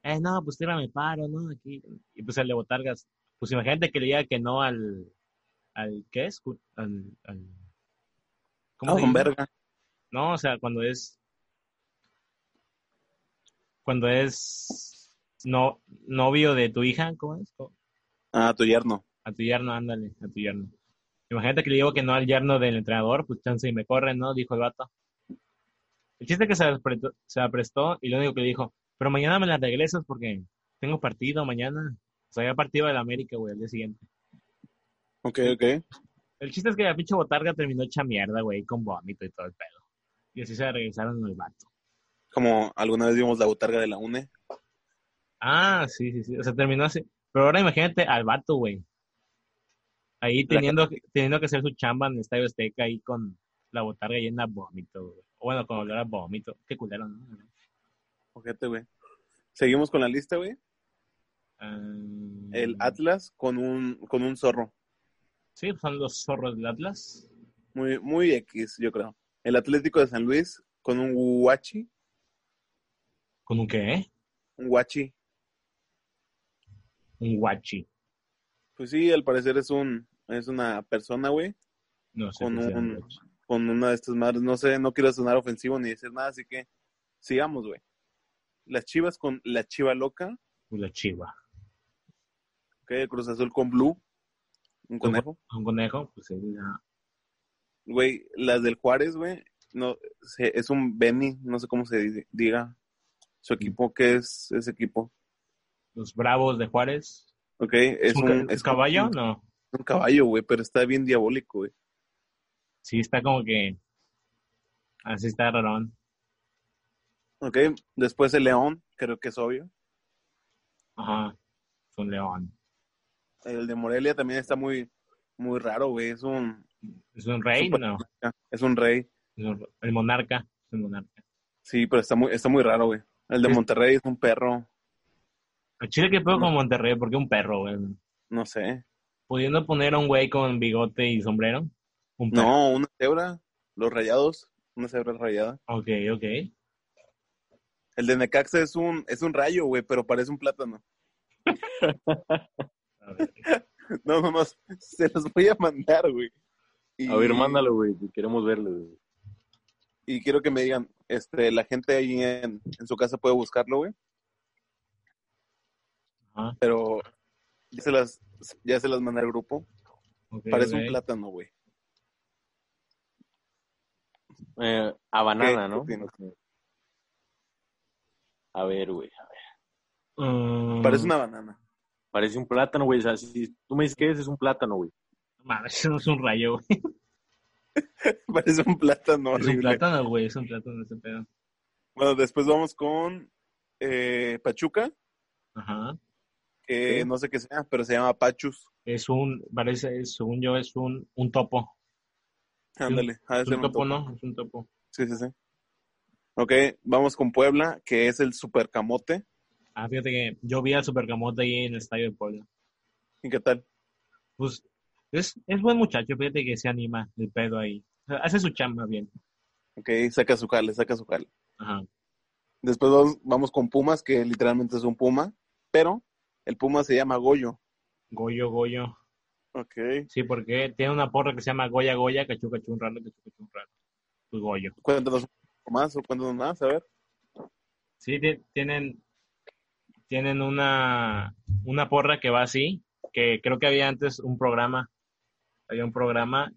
S2: eh, no, pues tírame el paro, ¿no? Aquí. Y pues el de Botargas, pues imagínate que le diga que no al, al ¿qué es? Al, al-
S1: Ah,
S2: se
S1: con
S2: llama?
S1: verga.
S2: No, o sea, cuando es, cuando es no, novio de tu hija, ¿cómo es? Co-
S1: Ah, tu yerno.
S2: A tu yerno, ándale, a tu yerno. Imagínate que le digo que no al yerno del entrenador, pues chance y me corren, ¿no? Dijo el vato. El chiste es que se apretó- se aprestó y lo único que le dijo, pero mañana me las regresas porque tengo partido mañana. O sea, ya partido del América, güey, al día siguiente.
S1: Ok, ok.
S2: El chiste es que la pinche botarga terminó hecha mierda, güey, con vómito y todo el pedo. Y así se la regresaron al vato.
S1: Como alguna vez vimos la botarga de la UNE.
S2: Ah, sí, sí, sí. O sea, terminó así. Pero ahora imagínate al vato, güey. Ahí
S1: La-
S2: teniendo, teniendo que hacer su chamba en el Estadio Azteca ahí con la botarga llena de vómito, güey. O bueno, con olor a vómito. Qué culero, ¿no?
S1: Ojete, güey. Seguimos con la lista, güey.
S2: Ah,
S1: El
S2: Mm.
S1: Atlas con un, con un zorro.
S2: Sí, son los zorros del Atlas.
S1: Muy, muy X, yo creo. El Atlético de San Luis con un guachi.
S2: ¿Con un qué? eh?
S1: Un guachi.
S2: Un guachi.
S1: Pues sí, al parecer es un es una persona, güey,
S2: No sé
S1: Con
S2: qué sea
S1: un-
S2: guachi.
S1: con una de estas madres. No sé, no quiero sonar ofensivo ni decir nada, así que sigamos, güey. Las Chivas con la Chiva Loca,
S2: Una chiva.
S1: ok, el Cruz Azul con Blue, un conejo.
S2: Un conejo, pues es una-
S1: Güey, las del Juárez, güey, no, se- es un Beni, no sé cómo se di- diga. Su equipo, ¿qué es ese equipo?
S2: los bravos de Juárez.
S1: Ok, es
S2: un, ca-
S1: un, es
S2: caballo?
S1: Un,
S2: No.
S1: un caballo, güey, pero está bien diabólico, güey.
S2: Sí, está como que... Así está rarón.
S1: Ok, después el León, creo que es obvio.
S2: Ajá. Es un león.
S1: El de Morelia también está muy, muy raro, güey. Es un,
S2: ¿Es un rey?
S1: Super-
S2: No.
S1: es un rey.
S2: es un- el monarca. Es el monarca.
S1: Sí, pero está muy, está muy raro, güey. El de
S2: Es-
S1: Monterrey es un perro,
S2: A Chile que pedo
S1: No.
S2: con Monterrey, porque un perro, güey.
S1: no sé.
S2: Pudiendo poner a un güey con bigote y sombrero. Un perro.
S1: No, una cebra, los rayados, una cebra rayada.
S2: Ok, ok.
S1: El de Necaxa es un, es un rayo, güey, pero parece un plátano.
S2: A ver.
S1: No, no, no, se los voy a mandar, güey. Y-
S3: A ver, mándalo, güey. que Queremos verlo, güey.
S1: Y quiero que me digan, este, la gente ahí en, en su casa puede buscarlo, güey.
S2: Ajá.
S1: Pero ya se las, ya se las mandé al grupo.
S2: ok,
S1: Parece
S2: ok.
S1: un plátano, güey.
S3: Eh, a banana,
S1: ¿Qué-
S3: ¿no?
S1: qué opinas?
S3: A ver, güey.
S2: Mm,
S1: Parece una banana.
S3: Parece un plátano, güey. O sea, si tú me dices que es, es un plátano, güey.
S2: mames, eso no es un rayo, güey.
S1: Parece un plátano
S2: Es un
S1: horrible.
S2: plátano, güey. Es un plátano ese pedo.
S1: Bueno, después vamos con eh, Pachuca,
S2: Ajá.
S1: que
S3: Sí.
S1: no sé qué sea, pero se llama Pachus.
S2: Es un, parece, según yo, es un, un topo.
S1: Ándale, ha de
S2: Es
S1: ser
S2: un
S1: un
S2: topo,
S1: topo.
S2: ¿no? Es un topo.
S1: Sí, sí, sí. Ok, vamos con Puebla, que es el supercamote.
S2: Ah, fíjate que yo vi al supercamote ahí en el estadio de Puebla.
S1: ¿Y qué tal?
S2: pues es, es buen muchacho, fíjate que se anima el pedo ahí. O sea, hace su chamba bien.
S1: Ok, saca su jale, saca su jale.
S2: Ajá.
S1: Después vamos, vamos con Pumas, que literalmente es un puma, pero el puma se llama Goyo.
S2: Goyo, Goyo.
S1: Ok.
S2: Sí, porque tiene una porra que se llama Goya, Goya, cachú, cachú, un raro, cachú, cachú, un raro. Pues Goyo.
S1: Cuéntanos un poco más o cuéntanos más, a ver.
S2: Sí, ti- tienen, tienen una, una porra que va así, que creo que había antes un programa. Había un programa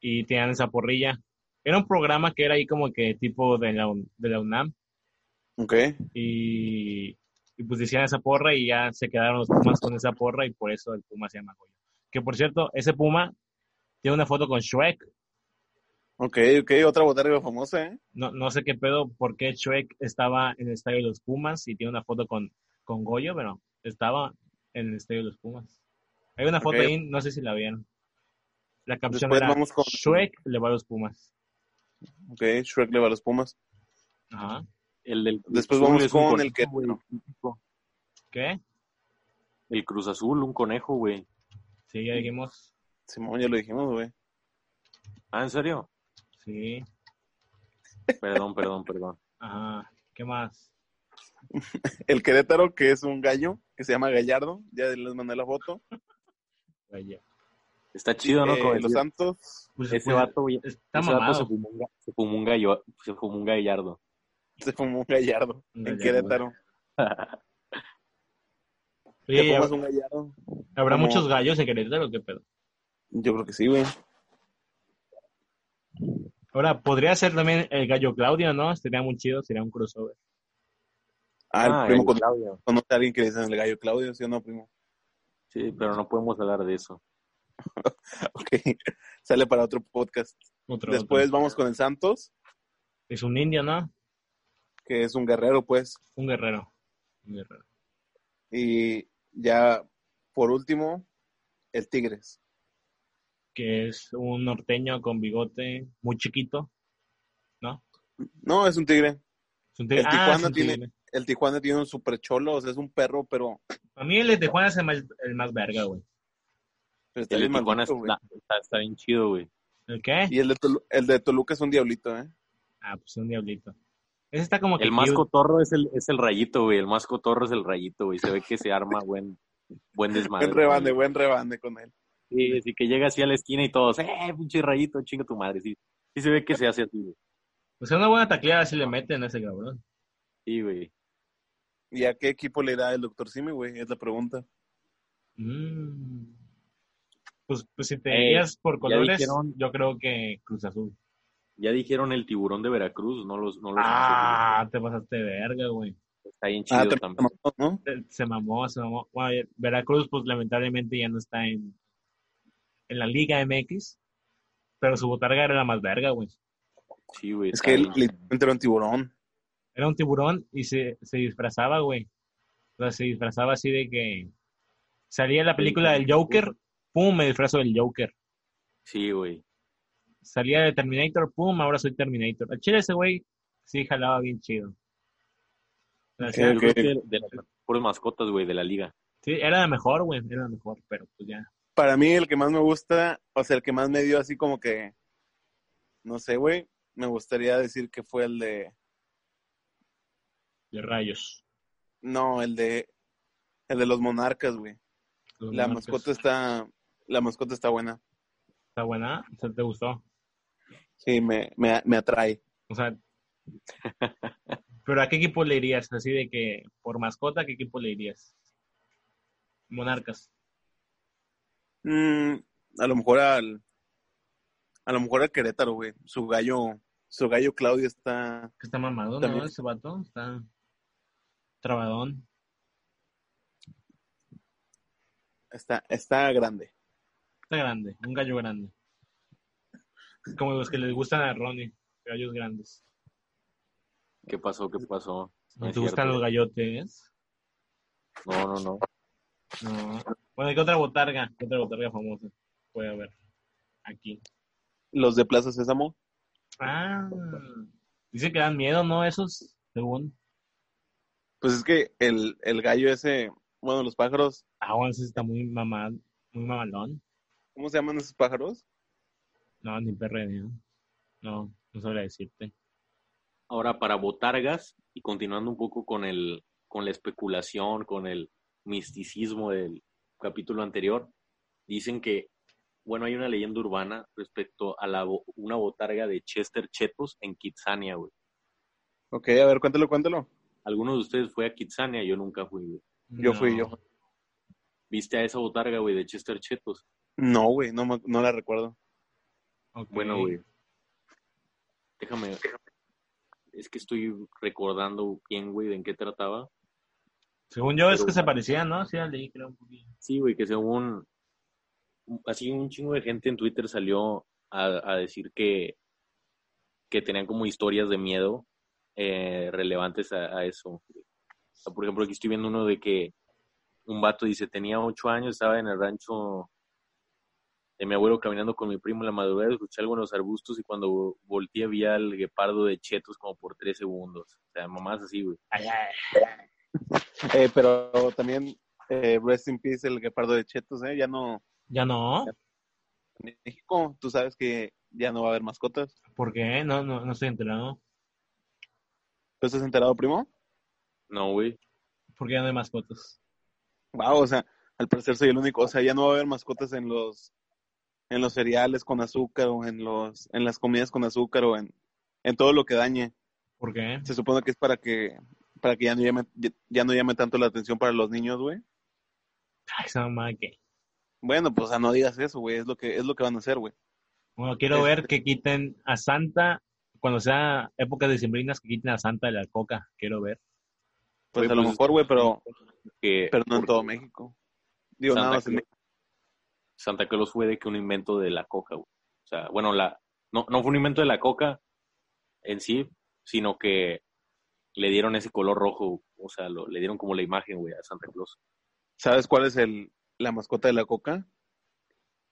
S2: y tenían esa porrilla. Era un programa que era ahí como que tipo de la, U- de la UNAM.
S1: Ok.
S2: y, y, pues decían esa porra y ya se quedaron los Pumas con esa porra y por eso el Puma se llama Goyo. Que por cierto, ese Puma tiene una foto con Shrek.
S1: Ok, ok, otra botarga famosa, ¿eh?
S2: No, no sé qué pedo por qué Shrek estaba en el estadio de los Pumas y tiene una foto con, con Goyo, pero estaba en el estadio de los Pumas. Hay una foto
S1: Ok.
S2: ahí, no sé si la vieron. La canción
S1: Después
S2: era
S1: vamos con-
S2: Shrek le va a los Pumas.
S1: Ok, Shrek le va a los Pumas.
S2: Ajá.
S3: El del Cruz
S1: Después
S3: Azul
S1: vamos
S3: es un
S1: con el
S3: conejo, güey.
S2: ¿Qué?
S3: El Cruz Azul, un conejo, güey.
S2: Sí, ya dijimos.
S1: Simón, ya lo dijimos, güey.
S3: Ah, ¿en serio?
S2: Sí.
S3: Perdón, perdón, perdón.
S2: Ajá. ¿Qué más?
S1: El Querétaro, que es un gallo, que se llama Gallardo, ya les mandé la foto.
S2: Vaya.
S3: Está chido, ¿no?
S1: Eh,
S3: Como
S1: los
S3: decía,
S1: Santos,
S2: Pues,
S3: ese
S2: pues,
S3: vato, güey,
S2: Está
S3: ese vato pues, se
S2: mamado.
S3: fumó un ga- se fumó un gallo, se fumó un gallardo.
S1: se fumó un Gallardo,
S2: Un
S1: en
S2: Gallardo.
S1: Querétaro.
S2: Oye,
S1: ¿Te fumas
S2: ¿hab-
S1: un Gallardo?
S2: ¿Habrá
S1: como-
S2: muchos gallos en Querétaro o qué pedo?
S1: Yo creo que sí, güey.
S2: Ahora, podría ser también el gallo Claudio, ¿no? Sería muy chido, sería un crossover.
S1: Ah, el primo
S3: el
S1: con-
S3: Claudio.
S1: conoce a alguien que le dicen el gallo Claudio, ¿sí o no, primo?
S3: Sí, pero no podemos hablar de eso.
S1: Ok, sale para otro podcast.
S2: Otro,
S1: Después
S2: otro.
S1: vamos con el Santos,
S2: Es un indio, ¿no?
S1: que es un guerrero, pues.
S2: Un guerrero. Un guerrero.
S1: Y ya, por último, el Tigres.
S2: Que es un norteño con bigote muy chiquito.
S1: No, es un tigre.
S2: Es un tigre.
S1: El
S2: Ah,
S1: Tijuana
S2: es un
S1: tiene-
S2: tigre.
S1: El Tijuana tiene un super cholo, o sea, es un perro, pero
S2: A mí el de Juan es el más, el más verga, güey.
S1: pero está
S3: El de
S1: bien
S3: Tijuana
S1: maldito, güey.
S3: está, está- está bien chido, güey.
S2: ¿El qué?
S1: Y el de, Tolu- el de Toluca es un diablito, ¿eh?
S2: Ah, pues un diablito. Ese está como que
S3: El más
S2: cute.
S3: cotorro es el, es el rayito, güey. El más cotorro es el rayito, güey. Se ve que se arma buen, buen desmadre.
S1: Buen rebande,
S3: güey.
S1: buen rebande con él.
S3: Sí, sí, que llega así a la esquina y todos, eh, pinche rayito, chinga tu madre. Sí, sí se ve que se hace así, güey.
S2: Pues una buena tacleada si le meten a ese cabrón.
S3: Sí, güey.
S1: ¿Y a qué equipo le irá el doctor Simi, güey? Es la pregunta.
S2: Mm. Pues, pues si te
S3: Eh,
S2: guías por colores,
S3: dijeron-
S2: yo creo que Cruz Azul.
S3: Ya dijeron el tiburón de Veracruz, no los, no los
S2: Ah, te pasaste de verga, güey.
S3: está bien chido
S1: Ah, te-
S3: también.
S1: ¿no?
S2: Se- Se mamó, se mamó. Bueno, ya- Veracruz, pues lamentablemente ya no está en, en la Liga MX, pero su botarga era la más verga, güey.
S3: Sí, güey.
S1: Es
S3: está
S1: que él
S3: bien.
S1: literalmente era un tiburón.
S2: Era un tiburón y se, se disfrazaba, güey. O sea, se disfrazaba así de que salía la película del Joker, pum, me disfrazo del Joker.
S3: Sí, güey.
S2: salía de Terminator, pum, ahora soy Terminator. Al chile ese güey sí jalaba bien chido. O sea, sí,
S1: Ok.
S3: Yo creo que de, de las puras mascotas, güey, de la liga.
S2: sí, era la mejor, güey, era la mejor, pero pues ya.
S1: Para mí, el que más me gusta, o sea, el que más me dio así como que, no sé, güey, me gustaría decir que fue el de,
S2: De rayos.
S1: no, el de, el de los monarcas, güey.
S2: Los
S1: La
S2: monarcas.
S1: mascota está, la mascota está buena.
S2: está buena, o sea, te gustó.
S1: Sí, me, me, me atrae.
S2: O sea, pero ¿a qué equipo le irías? Así de que por mascota, ¿a qué equipo le irías? Monarcas.
S1: Mm, a lo mejor al, a lo mejor al Querétaro, güey. Su gallo, su gallo Claudio está,
S2: Que está mamado, ¿no?
S1: También.
S2: Ese vato está trabadón.
S1: está, está grande.
S2: Está grande, un gallo grande. Como los que les gustan a Ronnie, gallos grandes.
S3: ¿Qué pasó? ¿Qué pasó?
S2: ¿No
S3: No es
S2: te gustan
S3: cierto.
S2: los gallotes?
S3: No, no, no.
S2: No. Bueno, ¿y ¿qué otra botarga? ¿Qué otra botarga famosa puede haber aquí?
S1: Los de Plaza Sésamo,
S2: Ah. Dice que dan miedo, ¿no? Esos, según.
S1: pues es que el, el gallo ese, bueno, los pájaros,
S2: Ah, bueno, ese está muy mamá, muy mamalón.
S1: ¿cómo se llaman esos pájaros?
S2: No, ni perre, ¿no? No, no sabría decirte.
S3: Ahora para botargas y continuando un poco con el con la especulación, con el misticismo del capítulo anterior, dicen que bueno, hay una leyenda urbana respecto a la bo- una botarga de Chester Chetos en Kitsania, güey.
S1: Ok, a ver, cuéntalo, cuéntalo.
S3: ¿Alguno de ustedes fue a Kitsania? Yo nunca fui, güey.
S1: Yo
S2: No.
S1: fui, yo fui.
S3: ¿Viste a esa botarga, güey, de Chester Chetos?
S1: No, güey, no, me- no la recuerdo.
S2: Ok.
S3: Bueno, güey. Déjame. Es que estoy recordando bien, güey, de en qué trataba.
S2: Según yo, es
S3: Pero-
S2: que se parecían, ¿no? Sí, la leí, creo, un poquillo.
S3: Sí, güey, que según así un chingo de gente en Twitter salió a, a decir que, que tenían como historias de miedo eh, relevantes a, a eso. O sea, por ejemplo, aquí estoy viendo uno de que un vato dice, tenía ocho años, estaba en el rancho de mi abuelo caminando con mi primo en la madrugada, escuché algo en los arbustos y cuando volteé vi al guepardo de chetos como por tres segundos. O sea, mamás así, güey.
S2: Ay, ay.
S1: Eh, pero también, eh, Rest in Peace, el guepardo de Chetos, ¿eh? Ya no,
S2: Ya no.
S1: en México, tú sabes que ya no va a haber mascotas.
S2: ¿Por qué? No, no, no estoy enterado.
S1: ¿Tú estás enterado, primo?
S3: No, güey.
S2: Porque ya no hay mascotas.
S1: Wow, o sea, al parecer soy el único. O sea, ya no va a haber mascotas en los en los cereales con azúcar o en los en las comidas con azúcar o en, en todo lo que dañe.
S2: ¿Por qué?
S1: Se supone que es para que para que ya no llame ya, ya no llame tanto la atención para los niños, güey.
S2: Ay, esa mamá que.
S1: Bueno, pues o sea, no digas eso, güey, es lo que es lo que van a hacer, güey.
S2: Bueno, quiero
S1: Este-
S2: ver que quiten a Santa, cuando sea época de sembrinas, que quiten a Santa de la coca. Quiero ver.
S1: Pues
S3: Güey,
S1: a lo
S3: pues,
S1: mejor, güey, pero
S3: Que
S1: pero no en todo México. Digo,
S3: Santa
S1: nada más en
S3: Claus. Santa Claus fue de que un invento de la coca, güey. O sea, bueno, la, no, no fue un invento de la coca en sí, sino que le dieron ese color rojo, o sea, lo- le dieron como la imagen, güey, a Santa Claus.
S1: ¿Sabes cuál es el, la mascota de la coca?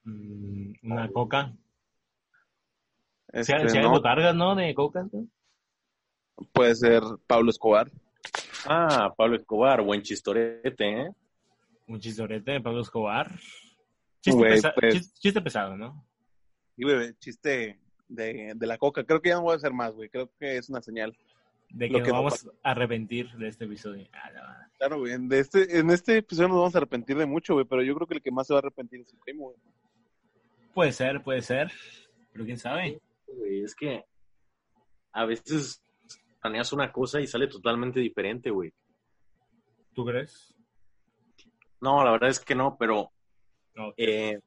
S2: Mm, una coca. Si hay,
S1: Este,
S2: si hay
S1: no,
S2: botargas, ¿no? De coca. ¿no?
S1: puede ser Pablo Escobar.
S3: Ah, Pablo Escobar, buen chistorete, ¿eh?
S2: Un chistorete de Pablo Escobar. Chiste,
S1: Güey,
S2: pesa-
S1: pues.
S2: chis- chiste pesado, ¿no?
S1: Y, güey, chiste de, de la coca. Creo que ya no voy a hacer más, güey. Creo que es una señal.
S2: De que,
S1: Lo
S2: nos
S1: que no
S2: vamos a arrepentir de este episodio. Ah, la madre.
S1: Claro, güey. En, de este, en este episodio nos vamos a arrepentir de mucho, güey. Pero yo creo que el que más se va a arrepentir es el primo, güey.
S2: Puede ser, puede ser. Pero quién sabe.
S3: Güey, es que a veces planeas una cosa y sale totalmente diferente, güey.
S2: ¿Tú crees?
S3: No, la verdad es que no, pero
S2: No.
S3: eh,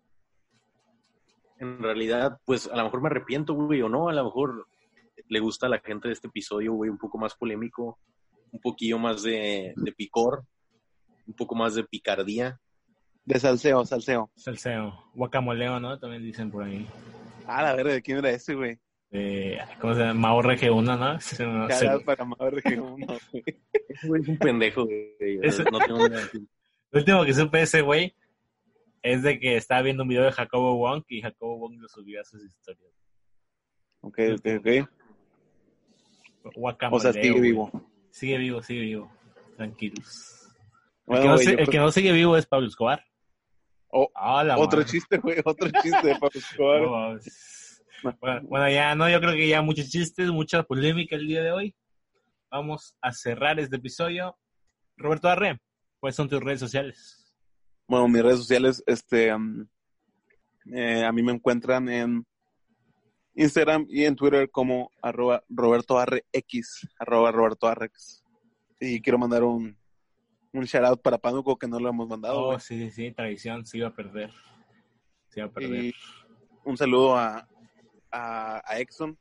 S3: en realidad, pues a lo mejor me arrepiento, güey, o no, a lo mejor le gusta a la gente de este episodio, güey, un poco más polémico, un poquillo más de, de picor, un poco más de picardía.
S1: De salseo, salseo.
S2: Salseo. Guacamoleo, ¿no? También dicen por ahí.
S1: Ah, la verga, ¿de quién era ese, güey?
S2: Eh, ¿Cómo se llama? Mao RG1, ¿no? No sé.
S1: Caras para madre que uno, güey.
S3: Es un pendejo, güey.
S2: Eso-
S3: No tengo nada que decir.
S2: Lo último que supe de ese güey es de que estaba viendo un video de Jacobo Wong y Jacobo Wong lo subió a sus historias.
S1: Ok, ok, ok.
S2: Guacamoleo.
S1: O sea, sigue
S2: güey.
S1: vivo.
S2: Sigue vivo, sigue vivo. Tranquilos. El
S1: Bueno,
S2: que no
S1: güey, yo
S2: se- el
S1: creo-
S2: que no sigue vivo es Pablo Escobar.
S1: Oh,
S2: Ah, la
S1: Otro
S2: madre.
S1: chiste, güey. Otro chiste de Pablo Escobar.
S2: No, vamos. Bueno, bueno, ya no, yo creo que ya muchos chistes, mucha polémica el día de hoy. Vamos a cerrar este episodio. Roberto Arre, ¿cuáles son tus redes sociales?
S1: Bueno, mis redes sociales, este, mm, eh, a mí me encuentran en Instagram y en Twitter como arroba Roberto RX, arroba Roberto RX. Y quiero mandar un, un shout out para Pánuco que no lo hemos mandado.
S2: Oh,
S1: Ah, güey.
S2: sí, sí, sí, tradición, se iba a perder. Se iba a perder.
S1: y un saludo a, a, a Exxon,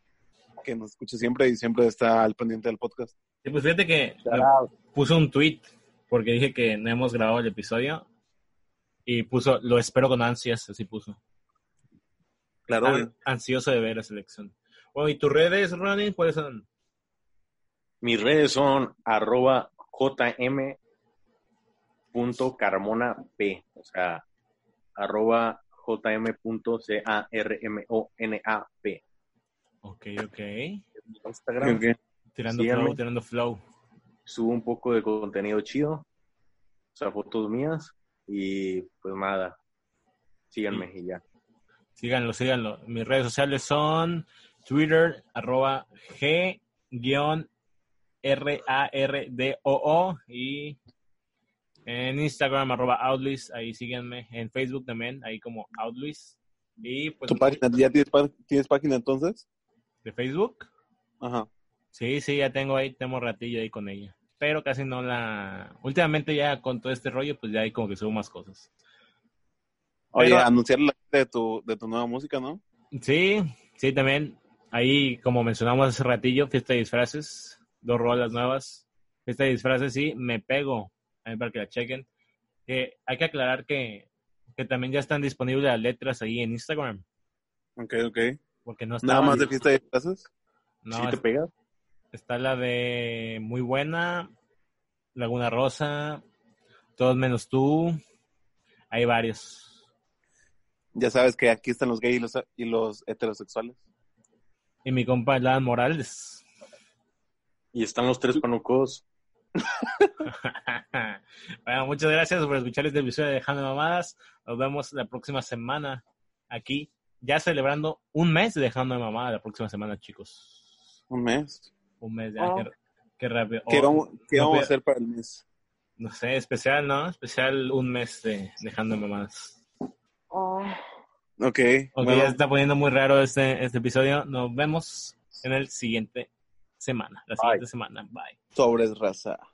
S1: que nos escucha siempre y siempre está al pendiente del podcast.
S2: Sí, pues fíjate que me puso un tweet porque dije que no hemos grabado el episodio y puso, lo espero con ansias, así puso.
S1: Claro,
S2: An-
S1: güey.
S2: ansioso de ver la selección. Bueno, ¿y tus redes, Ronin? ¿Cuáles son?
S3: Mis redes son arroba jm punto carmona p, o sea, arroba jm punto c a r m o n a p.
S2: Ok, ok.
S3: Instagram.
S1: Ok.
S2: Tirando
S3: Síganme.
S2: flow, tirando flow.
S3: subo un poco de contenido chido, o sea, fotos mías y pues nada, síganme y ya.
S2: Síganlo, síganlo. Mis redes sociales son Twitter, arroba G, guión, R, A, R, D, O, O. Y en Instagram, arroba Outlis. Ahí síganme. En Facebook también, ahí como Outlis. Y pues,
S1: ¿Tu página? ¿Ya tienes, pa- tienes página entonces?
S2: ¿de Facebook?
S1: Ajá.
S2: Sí, sí, ya tengo ahí, tengo ratillo ahí con ella. Pero casi no la... Últimamente ya con todo este rollo, pues ya hay como que subo más cosas.
S1: Oye,
S2: Pero-
S1: anunciarle la de tu, de tu nueva música, ¿no?
S2: Sí, sí, también. Ahí, como mencionamos hace ratillo, fiesta de disfraces, dos rolas nuevas. Fiesta de disfraces y me pego, ahí para que la chequen. Que hay que aclarar que, que también ya están disponibles las letras ahí en Instagram,
S1: Ok, ok.
S2: porque no está.
S1: Nada más de fiesta de clases.
S2: No,
S3: ¿Sí te
S2: es-
S3: pegas?
S2: está la de Muy Buena, Laguna Rosa, Todos Menos Tú. Hay varios.
S1: Ya sabes que aquí están los gays y los, y los heterosexuales.
S2: Y mi compa Alan Morales.
S3: Y están los tres panucos.
S2: bueno, muchas gracias por escuchar este episodio de Dejando Mamadas. Nos vemos la próxima semana aquí, ya celebrando un mes de Dejando de Mamadas la próxima semana, chicos.
S1: Un mes.
S2: Un mes de
S3: Oh.
S2: ángel. Qué rápido.
S1: ¿Qué
S2: Oh,
S1: vamos, qué
S2: no,
S1: vamos a
S2: pero-
S1: hacer para el mes?
S2: No sé, especial, ¿no? Especial un mes de dejando mamadas.
S1: Ok.
S2: Ok,
S1: bueno,
S2: ya se está poniendo muy raro este, este episodio. Nos vemos en el siguiente semana. La siguiente semana. Bye.
S1: Sobres raza.